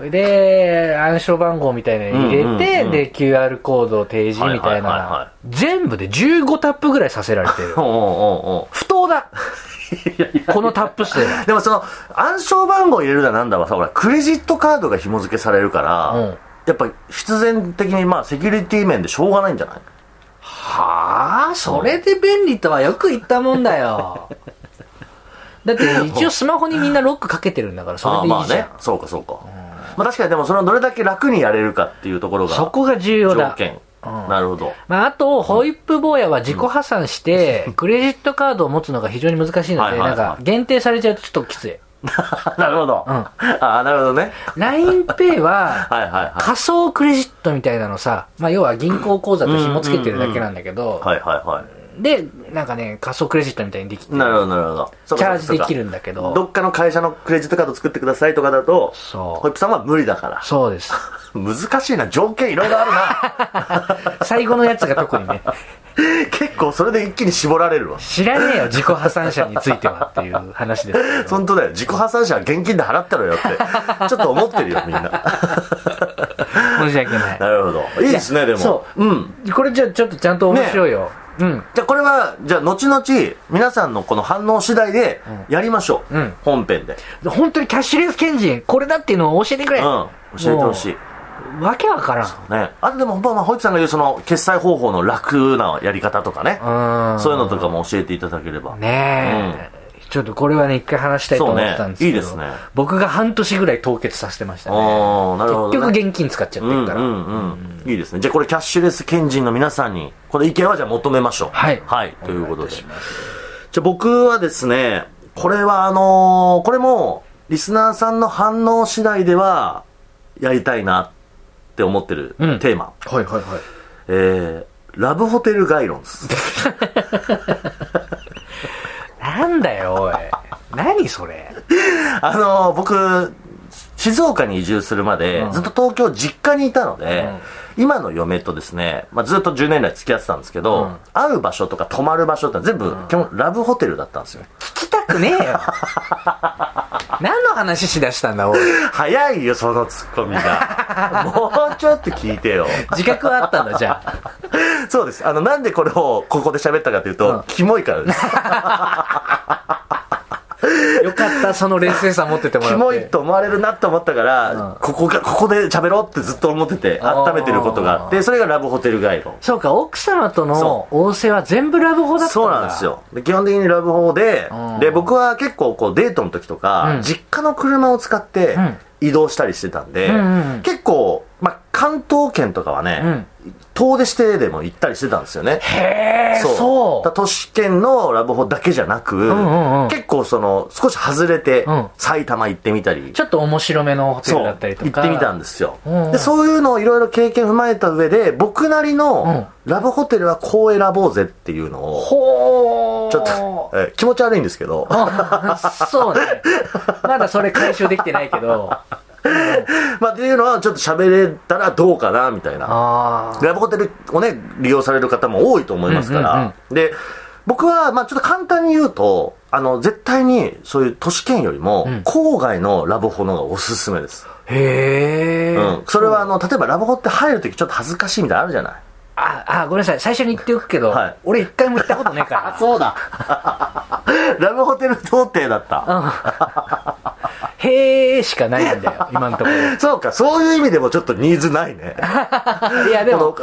[SPEAKER 2] う、ん
[SPEAKER 3] で、暗証番号みたいなの入れて、
[SPEAKER 2] うんうんうん
[SPEAKER 3] で、QR コードを提示みたい
[SPEAKER 2] はいはいはいは
[SPEAKER 3] な、全部で15タップぐらいさせられ てる
[SPEAKER 2] おう。おうおうお
[SPEAKER 3] 不当だこのタップ数。
[SPEAKER 2] う でもその、暗証番号入れるだなんだはさ、ほら、クレジットカードが紐付けされるから、
[SPEAKER 3] うん
[SPEAKER 2] やっぱ必然的にまあセキュリティ面でしょうがないんじゃない
[SPEAKER 3] はあ、それで便利とはよく言ったもんだ よ。だって一応スマホにみんなロックかけてるんだから、それでいいじゃん。
[SPEAKER 2] あーまあねそうかそうか、まあ確かにでもそれをどれだけ楽にやれるかっていうところが
[SPEAKER 3] そこが重要だ
[SPEAKER 2] 条。件、
[SPEAKER 3] うん
[SPEAKER 2] なるほど
[SPEAKER 3] まあ、あと、ホイップ坊やは自己破産して、クレジットカードを持つのが非常に難しいの
[SPEAKER 2] は
[SPEAKER 3] で、
[SPEAKER 2] いはい
[SPEAKER 3] な
[SPEAKER 2] は
[SPEAKER 3] ん
[SPEAKER 2] い
[SPEAKER 3] か、限定されちゃうとちょっときつい。
[SPEAKER 2] なるほど、ああなるほどね
[SPEAKER 3] LINEPay
[SPEAKER 2] はい
[SPEAKER 3] は、
[SPEAKER 2] はいは
[SPEAKER 3] 仮想クレジットみたいなのさ、まあ、要は銀行口座と紐付けてるだけなんだけど
[SPEAKER 2] い、はいはいは
[SPEAKER 3] で、なんかね、仮想クレジットみたいにできて
[SPEAKER 2] い、なるほどなるほどチ
[SPEAKER 3] チャージできるんだけ
[SPEAKER 2] ど
[SPEAKER 3] ど、
[SPEAKER 2] っかの会社のクレジットカード作ってくださいとかだと
[SPEAKER 3] そう
[SPEAKER 2] ホイップさんは無理だから
[SPEAKER 3] そうです。
[SPEAKER 2] 難しいな条件いろいろあるな
[SPEAKER 3] 最後のやつが特にね、
[SPEAKER 2] 結構それで一気に絞られるわ
[SPEAKER 3] 知らねえよ、自己破産者についてはっていう話ですけど。
[SPEAKER 2] 本当だよ自己破産者は現金で払ったろよっ てちょっと思ってるよみんな
[SPEAKER 3] 申し訳ない。
[SPEAKER 2] なるほどいいですねでも
[SPEAKER 3] そう
[SPEAKER 2] うん
[SPEAKER 3] これじゃあちょっとちゃんと面白いよ。うん。
[SPEAKER 2] じゃあこれは、じゃあ後々、皆さんのこの反応次第で、やりましょう。
[SPEAKER 3] うん
[SPEAKER 2] 本編で。
[SPEAKER 3] 本当にキャッシュレス賢人、これだっていうのを教えてくれ。
[SPEAKER 2] うん。教えてほしい。
[SPEAKER 3] もうわけわからん。
[SPEAKER 2] ね。あとでも、まあまあ、ホイップさんが言うその、決済方法の楽なやり方とかね。
[SPEAKER 3] うん
[SPEAKER 2] そういうのとかも教えていただければ。
[SPEAKER 3] ねえ、ちょっとこれはね、一回話したいと思ってたんですけど、
[SPEAKER 2] そうねいいですね
[SPEAKER 3] 僕が半年ぐらい凍結させてました
[SPEAKER 2] あ
[SPEAKER 3] ね。
[SPEAKER 2] あ、なるほど、ね。
[SPEAKER 3] 結局現金使っちゃってるから。
[SPEAKER 2] うんうんうんいいですね。じゃあこれキャッシュレス賢人の皆さんに、この意見はじゃあ求めましょう。
[SPEAKER 3] はい
[SPEAKER 2] はい。ということ
[SPEAKER 3] お願い
[SPEAKER 2] で。
[SPEAKER 3] いたし
[SPEAKER 2] じゃあ僕はですね、これはあのーこれも、リスナーさんの反応次第では、やりたいなって思ってるテ
[SPEAKER 3] うん
[SPEAKER 2] ーマ。
[SPEAKER 3] はいはいはい。
[SPEAKER 2] えー、ラブホテル概論です。
[SPEAKER 3] なんだよ、 おい。何それ。
[SPEAKER 2] あのー僕、静岡に移住するまで、ずっと東京実家にいたので、今の嫁とですね、まあ、ずっと10年来付き合ってたんですけど、
[SPEAKER 3] うん
[SPEAKER 2] 会う場所とか泊まる場所って全部、基本ラブホテルだったんですよ。
[SPEAKER 3] 聞きたくねえよ。何の話しだしたんだ、おい。
[SPEAKER 2] 早いよ、そのツッコミが。 もうちょっと聞いてよ。
[SPEAKER 3] 自覚はあったんだ、じゃあ。
[SPEAKER 2] そうです。あの、なんで これをここで喋ったかというと、キモいからです。
[SPEAKER 3] よかった、その冷静さ持っててもらっ
[SPEAKER 2] キ
[SPEAKER 3] て。
[SPEAKER 2] モいと思われるなと思ったから、ここが、ここで喋ろうってずっと思ってて、
[SPEAKER 3] あー
[SPEAKER 2] 温めてることがあって、それがラブホテルガイド。
[SPEAKER 3] そうか、奥様との
[SPEAKER 2] そ
[SPEAKER 3] 仰せは全部ラブホだったんだ。
[SPEAKER 2] そうなんです。よ。で基本的にラブホで
[SPEAKER 3] う、ん
[SPEAKER 2] で、僕は結構こうデートの時とか、
[SPEAKER 3] うん
[SPEAKER 2] 実家の車を使って
[SPEAKER 3] うん
[SPEAKER 2] 移動したりしてたんで、
[SPEAKER 3] うんうんうん
[SPEAKER 2] 結構、まあ、関東圏とかはね、遠出してでも行ったりしてたんですよね。
[SPEAKER 3] へえ、
[SPEAKER 2] そ。
[SPEAKER 3] そう
[SPEAKER 2] だから都市圏のラブホだけじゃなく、
[SPEAKER 3] んうん
[SPEAKER 2] 結構その、少し外れて、
[SPEAKER 3] うん
[SPEAKER 2] 埼玉行ってみたり
[SPEAKER 3] う。、ちょっと面白めのホテルだったりとか。
[SPEAKER 2] 行ってみたんですよ。
[SPEAKER 3] うん
[SPEAKER 2] で、そういうのをいろいろ経験踏まえた上で、僕なりの、ラブホテルはこう選ぼうぜっていうのを、
[SPEAKER 3] ほー。
[SPEAKER 2] ちょっと、え気持ち悪いんですけど、
[SPEAKER 3] そうね。まだそれ回収できてないけど。
[SPEAKER 2] まあっていうのはちょっと喋れたらどうかな、みたいな。
[SPEAKER 3] あ
[SPEAKER 2] ラブホテルをね、利用される方も多いと思いますから。
[SPEAKER 3] うんうん
[SPEAKER 2] で、僕は、まあちょっと簡単に言うと、あの、絶対にそういう都市圏よりも、
[SPEAKER 3] うん
[SPEAKER 2] 郊外のラブホの方がおすすめです。
[SPEAKER 3] ー。へえ。
[SPEAKER 2] うん。それはあの、例えばラブホって入るときちょっと恥ずかしいみたいなのあるじゃない
[SPEAKER 3] あ、あ、ごめんなさい。最初に言っておくけど、
[SPEAKER 2] はい
[SPEAKER 3] 俺一回も行ったことないか
[SPEAKER 2] そうだ。 ラブホテル童貞だった。
[SPEAKER 3] ら。 へえしかないんだよ、今のとこ
[SPEAKER 2] そうか、そういう意味でもちょっとニーズないね。
[SPEAKER 3] ろ。いや、でも、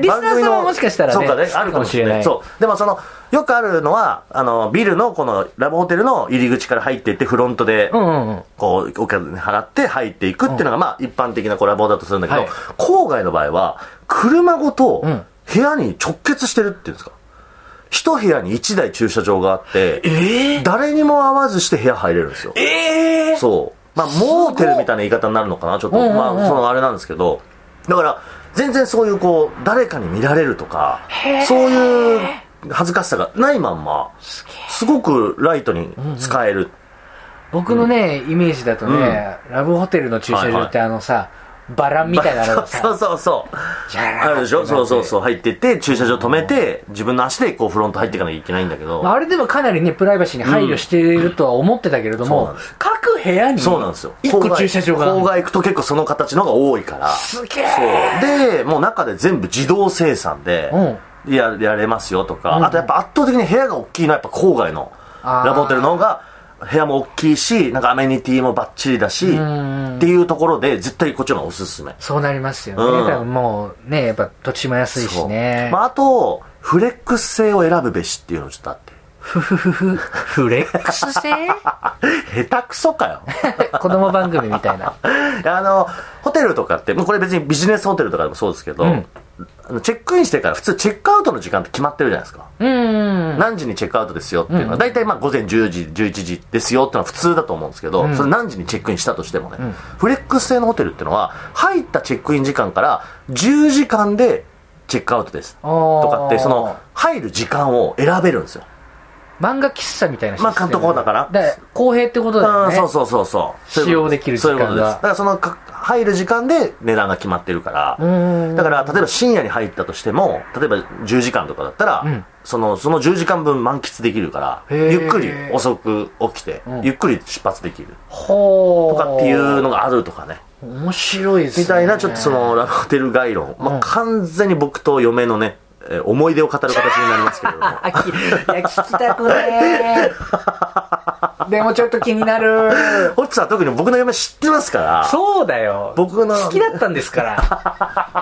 [SPEAKER 3] リスナーさんももしかしたらね、
[SPEAKER 2] そうかね、あるかもしれない。そう。でもその、よくあるのは、あの、ビルのこのラブホテルの入り口から入っていって、フロントで、
[SPEAKER 3] うんうんうん。
[SPEAKER 2] こう、お金払って入っていくっていうのが、まあ、一般的なこうラブホだとするんだけど、
[SPEAKER 3] はい
[SPEAKER 2] 郊外の場合は、車ごと
[SPEAKER 3] うん
[SPEAKER 2] 部屋に直結してるっていうんですか。一部屋に一台駐車場があって、
[SPEAKER 3] え
[SPEAKER 2] 誰にも会わずして部屋入れるんですよ。
[SPEAKER 3] ええ
[SPEAKER 2] そう。まあ、モーテルみたいな言い方になるのかな、ちょっと。
[SPEAKER 3] うんうんうん
[SPEAKER 2] まあ、そのあれなんですけど。だから、全然そういうこう、誰かに見られるとか、そういう恥ずかしさがないまんま、すごくライトに使える。
[SPEAKER 3] 僕のね、イメージだとね、ラブホテルの駐車場ってあのさ、バランみたいなのがさ、
[SPEAKER 2] そうそうそう。
[SPEAKER 3] じゃ。
[SPEAKER 2] あるでしょそうそうそうう。入ってって、駐車場止めて、自分の足でこう、フロント入っていかなきゃいけないんだけど。
[SPEAKER 3] まあ、あれでもかなりね、プライバシーに配慮しているとは思ってたけれど
[SPEAKER 2] うんそうな
[SPEAKER 3] も
[SPEAKER 2] んです、
[SPEAKER 3] 各部屋に、
[SPEAKER 2] そうなんですよ。
[SPEAKER 3] 一個駐車場がある
[SPEAKER 2] 郊外行くと結構その形のが多いから。
[SPEAKER 3] すげえ
[SPEAKER 2] そう。で、もう中で全部自動生産で、ややれますよとか、
[SPEAKER 3] うん
[SPEAKER 2] あとやっぱ圧倒的に部屋が大きいのはやっぱ郊外の
[SPEAKER 3] あー
[SPEAKER 2] ラブホテルの方が部屋も大きいし、なんかアメニティもバッチリだし、
[SPEAKER 3] ん
[SPEAKER 2] っていうところで絶対こっちの方がおすすめ。
[SPEAKER 3] そうなりますよね。
[SPEAKER 2] うん
[SPEAKER 3] 多分もうね、やっぱ土地も安いしね。
[SPEAKER 2] まああと、フレックス性を選ぶべしっていうのちょっとあって。
[SPEAKER 3] フレックス性
[SPEAKER 2] 下手くそかよ。
[SPEAKER 3] 子供番組みたいな。
[SPEAKER 2] あの、ホテルとかって、もうこれ別にビジネスホテルとかでもそうですけど、
[SPEAKER 3] うん
[SPEAKER 2] あのチェックインしてから普通チェックアウトの時間って決まってるじゃないですか。
[SPEAKER 3] うん。
[SPEAKER 2] 何時にチェックアウトですよっていうのは、大体まあ午前10時、11時ですよってのは普通だと思うんですけど、それ何時にチェックインしたとしてもね、フレックス制のホテルってのは、入ったチェックイン時間から10時間でチェックアウトです。
[SPEAKER 3] おー
[SPEAKER 2] とかって、その、入る時間を選べるんですよ。
[SPEAKER 3] 漫画喫茶みたいなシステム
[SPEAKER 2] まあ監督だから
[SPEAKER 3] で、公平ってことだよ
[SPEAKER 2] あー
[SPEAKER 3] ね。
[SPEAKER 2] そうそうそうそう。そう
[SPEAKER 3] 使
[SPEAKER 2] いう
[SPEAKER 3] 用
[SPEAKER 2] こと
[SPEAKER 3] できる時間が
[SPEAKER 2] そういうことです。だからそのか、入る時間で値段が決まってるか
[SPEAKER 3] ー
[SPEAKER 2] ら。だから、例えば深夜に入ったとしても、例えば10時間とかだったら、
[SPEAKER 3] ん
[SPEAKER 2] その、その10時間分満喫できるから、
[SPEAKER 3] へー
[SPEAKER 2] ゆっくり遅く起きて、
[SPEAKER 3] ん
[SPEAKER 2] ゆっくり出発できる。
[SPEAKER 3] ほー。
[SPEAKER 2] とかっていうのがあるとかね。
[SPEAKER 3] 面 白いですね。
[SPEAKER 2] みたいな、ちょっとその、ラブホテル概論。まあ、完全に僕と嫁のね、えー思い出を語る形になりますけれ ども。
[SPEAKER 3] あ。きいや、聞きたくねー。でもちょっと気になる。
[SPEAKER 2] ホッチさんは特に僕の嫁知ってますから、
[SPEAKER 3] そうだよ。
[SPEAKER 2] 僕の
[SPEAKER 3] 好きだったんですから。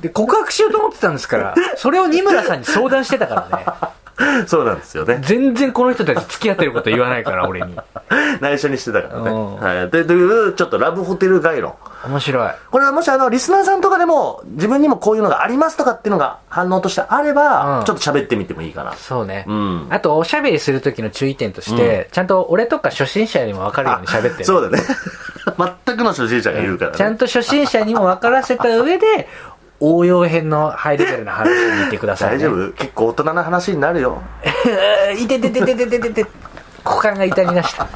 [SPEAKER 3] で、告白しようと思ってたんですから。それを二村さんに相談してたからね。
[SPEAKER 2] そうなんですよね。
[SPEAKER 3] 全然この人たち付き合ってること言わないから、俺に。
[SPEAKER 2] 内緒にしてたからね。
[SPEAKER 3] うん
[SPEAKER 2] はい。で、という、ちょっとラブホテル概論。
[SPEAKER 3] 面白い。
[SPEAKER 2] これはもしあの、リスナーさんとかでも、自分にもこういうのがありますとかっていうのが反応としてあれば、
[SPEAKER 3] うん
[SPEAKER 2] ちょっと喋ってみてもいいかな。
[SPEAKER 3] そうね。
[SPEAKER 2] うん
[SPEAKER 3] あと、おしゃべりする時の注意点として、ちゃんと俺とか初心者にも分かるように喋ってね
[SPEAKER 2] そうだね。全くの初心者がいるからね。
[SPEAKER 3] ちゃんと初心者にも分からせた上で、応用編のハイレベルな話に行ってください、
[SPEAKER 2] 大
[SPEAKER 3] ね。
[SPEAKER 2] 丈夫結構大人な話になるよ。
[SPEAKER 3] 夫いてててててててて。股間が痛みました。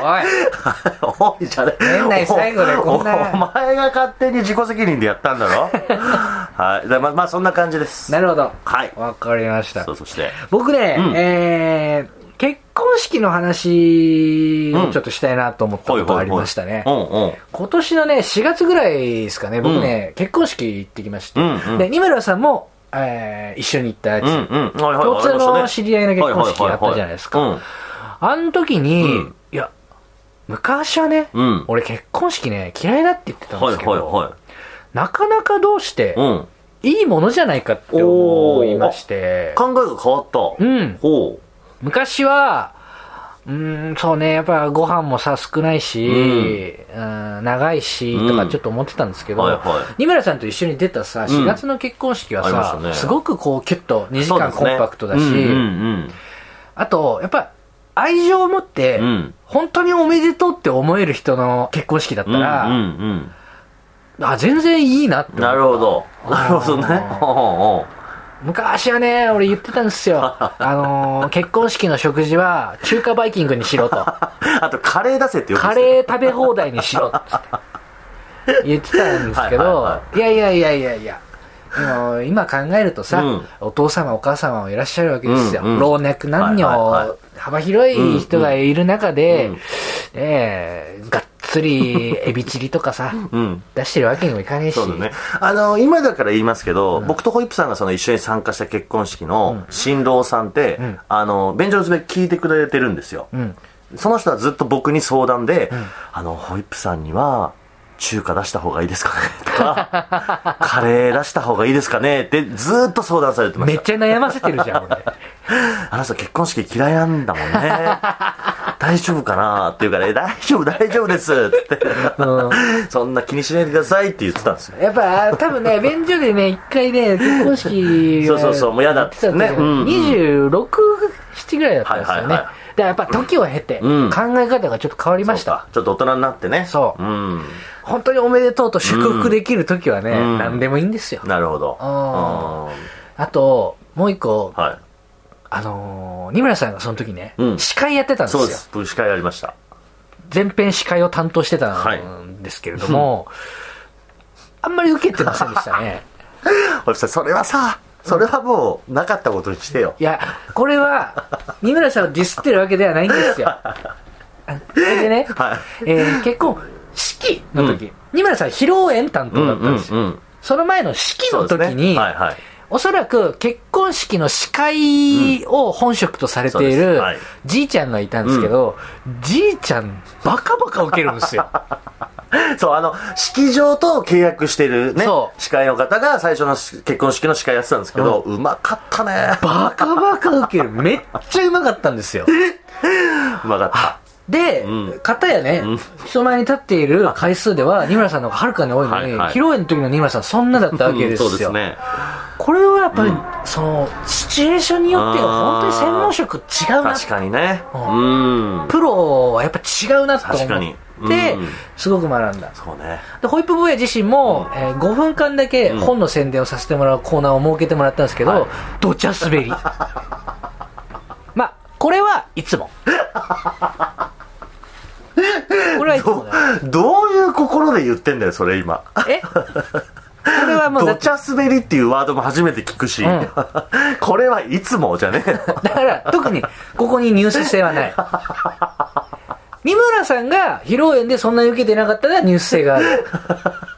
[SPEAKER 3] おい。
[SPEAKER 2] おいじゃね
[SPEAKER 3] 年内最後でこんな
[SPEAKER 2] おお前が勝手に自己責任でやったんだろはい。でまあ、まあ、そんな感じです。
[SPEAKER 3] なるほど。
[SPEAKER 2] はい
[SPEAKER 3] わかりました
[SPEAKER 2] そ。う、そして。
[SPEAKER 3] 僕ね、
[SPEAKER 2] うん
[SPEAKER 3] えー、結婚式の話をちょっとしたいなと思ったことがありましたね。
[SPEAKER 2] ほいほいほい
[SPEAKER 3] 今年のね、4月ぐらいですかね、僕ね、結婚式行ってきまして、
[SPEAKER 2] うんうん
[SPEAKER 3] で、二村さんも、えー一緒に行ったやつ、
[SPEAKER 2] うんうんうん。はいはい
[SPEAKER 3] 共通
[SPEAKER 2] ありました
[SPEAKER 3] の
[SPEAKER 2] ね
[SPEAKER 3] 知り合いの結婚式あったじゃないですか
[SPEAKER 2] ははははうん
[SPEAKER 3] あの時に、
[SPEAKER 2] うん
[SPEAKER 3] いや、昔はね、
[SPEAKER 2] うん
[SPEAKER 3] 俺結婚式ね、嫌いだって言ってたんで
[SPEAKER 2] はい
[SPEAKER 3] すけど、
[SPEAKER 2] はいは
[SPEAKER 3] なかなかどうして
[SPEAKER 2] い。う、ん。
[SPEAKER 3] いいものじゃないかって思いまして、
[SPEAKER 2] 考えが変わっ
[SPEAKER 3] う
[SPEAKER 2] た。
[SPEAKER 3] ん
[SPEAKER 2] ほ
[SPEAKER 3] 昔は、うーん、そうね、やっぱご飯もさ、少ないし、うん長いし、とかちょっと思ってたんですけど、
[SPEAKER 2] うんはいはい
[SPEAKER 3] 二村さんと一緒に出たさ、4月の結婚式は
[SPEAKER 2] ありまし
[SPEAKER 3] さ、
[SPEAKER 2] たね
[SPEAKER 3] すごくこう、キュッと2
[SPEAKER 2] う。
[SPEAKER 3] 時間コンパクトだし、
[SPEAKER 2] そうですねうん
[SPEAKER 3] あと、やっぱ、愛情を持って、
[SPEAKER 2] うんうん。うん。
[SPEAKER 3] 本当におめでとうって思える人の結婚式だった
[SPEAKER 2] うん
[SPEAKER 3] ら、
[SPEAKER 2] うん
[SPEAKER 3] あ、全然いいなって
[SPEAKER 2] うん。。なるほど。なるほどね。ほうほ
[SPEAKER 3] 昔はね、俺言ってたんです よ。あのー結婚式の食事は中華バイキングにしろと。
[SPEAKER 2] うあと、カレー出せってよく
[SPEAKER 3] カレー食べ放題にしろっつって言ってたんですけど、
[SPEAKER 2] はい
[SPEAKER 3] やいやいやいやいや。でも今考えるとさ、
[SPEAKER 2] うん
[SPEAKER 3] お父様お母様もいらっしゃるわけですよ、
[SPEAKER 2] うんうん
[SPEAKER 3] 老若男女、
[SPEAKER 2] はいはいはい
[SPEAKER 3] 幅広い人がいる中で、
[SPEAKER 2] うんうん
[SPEAKER 3] ねえがっつりエビチリとかさ、
[SPEAKER 2] うん。
[SPEAKER 3] 出してるわけにもいかねえし
[SPEAKER 2] そうだね。あの、今だから言いますけど、僕とホイップさんがその一緒に参加した結婚式の新郎さんって、
[SPEAKER 3] ん
[SPEAKER 2] あの、便所のすべ聞いてくれてるんですよ。
[SPEAKER 3] ん
[SPEAKER 2] その人はずっと僕に相談で、あの、ホイップさんには、中華出した方がいいですかねとか、 カレー出した方がいいですかねってずっと相談されてま
[SPEAKER 3] め
[SPEAKER 2] し
[SPEAKER 3] っちゃ悩ませてるじゃん 俺
[SPEAKER 2] た。あの人結婚式嫌いなんだもんね。大丈夫かなっていうから、え大丈夫、大丈夫ですって
[SPEAKER 3] うん
[SPEAKER 2] そんな気にしないでくださいって言ってたんですよ。
[SPEAKER 3] やっぱ多分ね便所でね一回ね結婚式
[SPEAKER 2] そうそうそうもう嫌だっ
[SPEAKER 3] って
[SPEAKER 2] つ
[SPEAKER 3] た
[SPEAKER 2] って
[SPEAKER 3] ん
[SPEAKER 2] ね
[SPEAKER 3] だけど
[SPEAKER 2] うんうん267ぐらいだったんですよ
[SPEAKER 3] はいはい
[SPEAKER 2] ね、
[SPEAKER 3] はいだからやっぱ時を経て考
[SPEAKER 2] うん
[SPEAKER 3] え方がちょっと変わりまし
[SPEAKER 2] そう
[SPEAKER 3] た
[SPEAKER 2] か、ちょっと大人になってね
[SPEAKER 3] そう
[SPEAKER 2] うん
[SPEAKER 3] 本当におめでとうと祝福できる時はね、
[SPEAKER 2] うん
[SPEAKER 3] 何でもいいんですよ
[SPEAKER 2] なるほど
[SPEAKER 3] ああともう一個
[SPEAKER 2] うんはい
[SPEAKER 3] あのー、二村さんがその時ね、
[SPEAKER 2] うん
[SPEAKER 3] 司会やってたんです
[SPEAKER 2] そ
[SPEAKER 3] よ
[SPEAKER 2] うです司会やりました
[SPEAKER 3] 全編司会を担当してた
[SPEAKER 2] はい
[SPEAKER 3] んですけれども、あんまり受けてませんでしたね
[SPEAKER 2] おじさんそれはさそれはもうなかったことにしてよ
[SPEAKER 3] いやこれは二村さんをディスってるわけではないんですよそれでね、
[SPEAKER 2] はい
[SPEAKER 3] えー結婚式の時、二村さん披露宴担当だったんですよ、
[SPEAKER 2] うん
[SPEAKER 3] その前の式の時
[SPEAKER 2] そうです
[SPEAKER 3] に、
[SPEAKER 2] ねはいはい
[SPEAKER 3] おそらく結婚式の司会を本職とされてい
[SPEAKER 2] そうで
[SPEAKER 3] る
[SPEAKER 2] すはい
[SPEAKER 3] じいちゃんがいたんですけど、じいちゃんバカバカ受けるんですよ。
[SPEAKER 2] そうあの式場と契約してるね
[SPEAKER 3] そう
[SPEAKER 2] 司会の方が最初のし結婚式の司会やってたんですけどうまかったね
[SPEAKER 3] バカバカ受ける。めっちゃうまかったんですよ。
[SPEAKER 2] うまかった
[SPEAKER 3] で、
[SPEAKER 2] うん
[SPEAKER 3] 片やね、人前に立っている回数では、二村さんの方がはるかに多いのに、
[SPEAKER 2] はいはい
[SPEAKER 3] 披露宴の時の二村さんそんなだったわけですよ。
[SPEAKER 2] うんそうですね
[SPEAKER 3] これはやっぱり、その、シチュエーションによっては本当に専門職違うな
[SPEAKER 2] 確かにね
[SPEAKER 3] う
[SPEAKER 2] うん
[SPEAKER 3] プロはやっぱ違うなと思
[SPEAKER 2] 確か
[SPEAKER 3] っ
[SPEAKER 2] に
[SPEAKER 3] て、
[SPEAKER 2] うん
[SPEAKER 3] すごく学んだ。
[SPEAKER 2] そうね
[SPEAKER 3] で、ホイップ坊や自身も、えー5分間だけ本の宣伝をさせてもらうコーナーを設けてもらったんですけ
[SPEAKER 2] は
[SPEAKER 3] ど
[SPEAKER 2] い、
[SPEAKER 3] どちゃ滑 り。まあ、これはいつ も。これはいつもだよ。
[SPEAKER 2] どういう心で言ってんだよそれ今
[SPEAKER 3] えこれはもうだ
[SPEAKER 2] ド
[SPEAKER 3] って
[SPEAKER 2] チャ滑りっていうワードも初めて聞くし、
[SPEAKER 3] うん
[SPEAKER 2] これはいつもじゃね えの
[SPEAKER 3] だから、特に、ここに入手性はない。三村さんが披露宴でそんなに受けてなかったら入手性がある。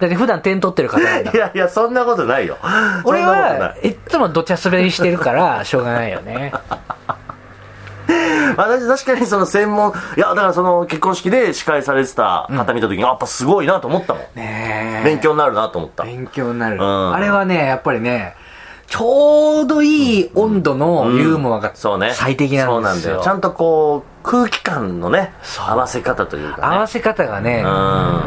[SPEAKER 3] だって普段点取ってる方なんだ
[SPEAKER 2] い。やいや、そんなことないよ。
[SPEAKER 3] 俺
[SPEAKER 2] そんなことな、
[SPEAKER 3] はいいっつもどちゃ滑りしてるから、しょうがないよ ね。
[SPEAKER 2] 私、確かにその専門、いや、だからその結婚式で司会されてた方見たときに、やっぱすごいなと思ったもん。
[SPEAKER 3] ねえ
[SPEAKER 2] 勉強になるなと思った。
[SPEAKER 3] 勉強になる。
[SPEAKER 2] うん
[SPEAKER 3] あれはね、やっぱりね、ちょうどいい温度のユーモアが
[SPEAKER 2] そうね。
[SPEAKER 3] 最適なんです
[SPEAKER 2] そう
[SPEAKER 3] よ。
[SPEAKER 2] ちゃんとこう、空気感のね、合わせ方というか、ね。
[SPEAKER 3] 合わせ方がね、
[SPEAKER 2] うん。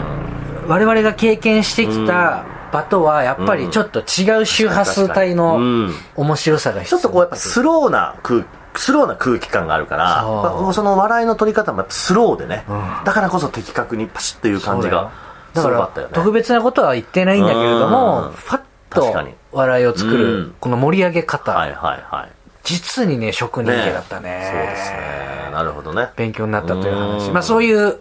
[SPEAKER 3] 我々が経験してきた場とはやっぱりちょっと違う周波数帯の
[SPEAKER 2] うん
[SPEAKER 3] 面白さが
[SPEAKER 2] ち
[SPEAKER 3] 必
[SPEAKER 2] ょ
[SPEAKER 3] 要
[SPEAKER 2] っとこうやっぱスローな空スローな空気感があるからや
[SPEAKER 3] そう
[SPEAKER 2] っぱその笑いの取り方もやっぱスローでね、だからこそ的確にパシッという感じが
[SPEAKER 3] だ
[SPEAKER 2] す
[SPEAKER 3] か
[SPEAKER 2] ごかった
[SPEAKER 3] ら
[SPEAKER 2] よね
[SPEAKER 3] 特別なことは言ってないんだけれども
[SPEAKER 2] うん
[SPEAKER 3] ファッ
[SPEAKER 2] 確か
[SPEAKER 3] と
[SPEAKER 2] に
[SPEAKER 3] 笑いを作
[SPEAKER 2] う
[SPEAKER 3] る
[SPEAKER 2] ん
[SPEAKER 3] この盛り上げ方、
[SPEAKER 2] はいはいはい
[SPEAKER 3] 実にね職人芸だったね
[SPEAKER 2] そうですねなるほどね
[SPEAKER 3] 勉強になったという話
[SPEAKER 2] うん
[SPEAKER 3] まあそういう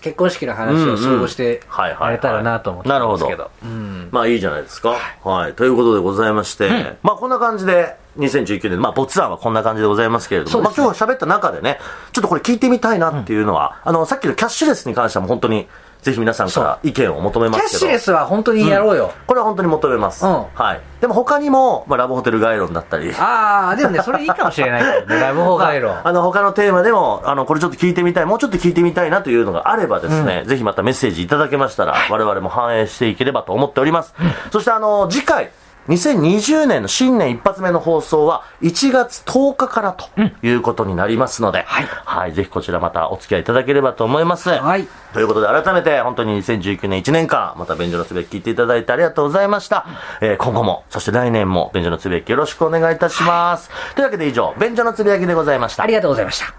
[SPEAKER 3] 結婚式の話を総合して
[SPEAKER 2] うんうんはいはいはい
[SPEAKER 3] やれたらなと思ってんですけど,、
[SPEAKER 2] なるまあいいじゃないですか。はい。ということでございまして、まあこんな感じで、2019年、まあ、ボツ案はこんな感じでございますけれど
[SPEAKER 3] そう
[SPEAKER 2] も、
[SPEAKER 3] で
[SPEAKER 2] ますあ、
[SPEAKER 3] ね
[SPEAKER 2] 今日喋った中でね、ちょっとこれ聞いてみたいなっていうのは、あの、さっきのキャッシュレスに関してはもう本当に、ぜひ皆さんから意見を求めま
[SPEAKER 3] キャッ
[SPEAKER 2] すけど。
[SPEAKER 3] シュレスは本当にやろうよ。
[SPEAKER 2] これは本当に求めます。
[SPEAKER 3] うん
[SPEAKER 2] はい。でも他にも、まあ、ラブホテル概論だったり、
[SPEAKER 3] ああ、でもね、それいいかもしれない けどね、ラブホ回路。
[SPEAKER 2] あの、他のテーマでも、あの、これちょっと聞いてみたい、もうちょっと聞いてみたいなというのがあればですね、ぜひまたメッセージいただけましたら、我々も反映していければと思っております。そしてあの、次回、2020年の新年一発目の放送は1月10日からということになりますので、はい、ぜひこちらまたお付き合いいただければと思います。
[SPEAKER 3] はい
[SPEAKER 2] ということで改めて本当に2019年1年間、また便所のつぶやき聞いていただいてありがとうございました。えー今後も、そして来年も便所のつぶやきよろしくお願いいたします。というわけで以上、便所のつぶやきでございました
[SPEAKER 3] あ。りがとうございました。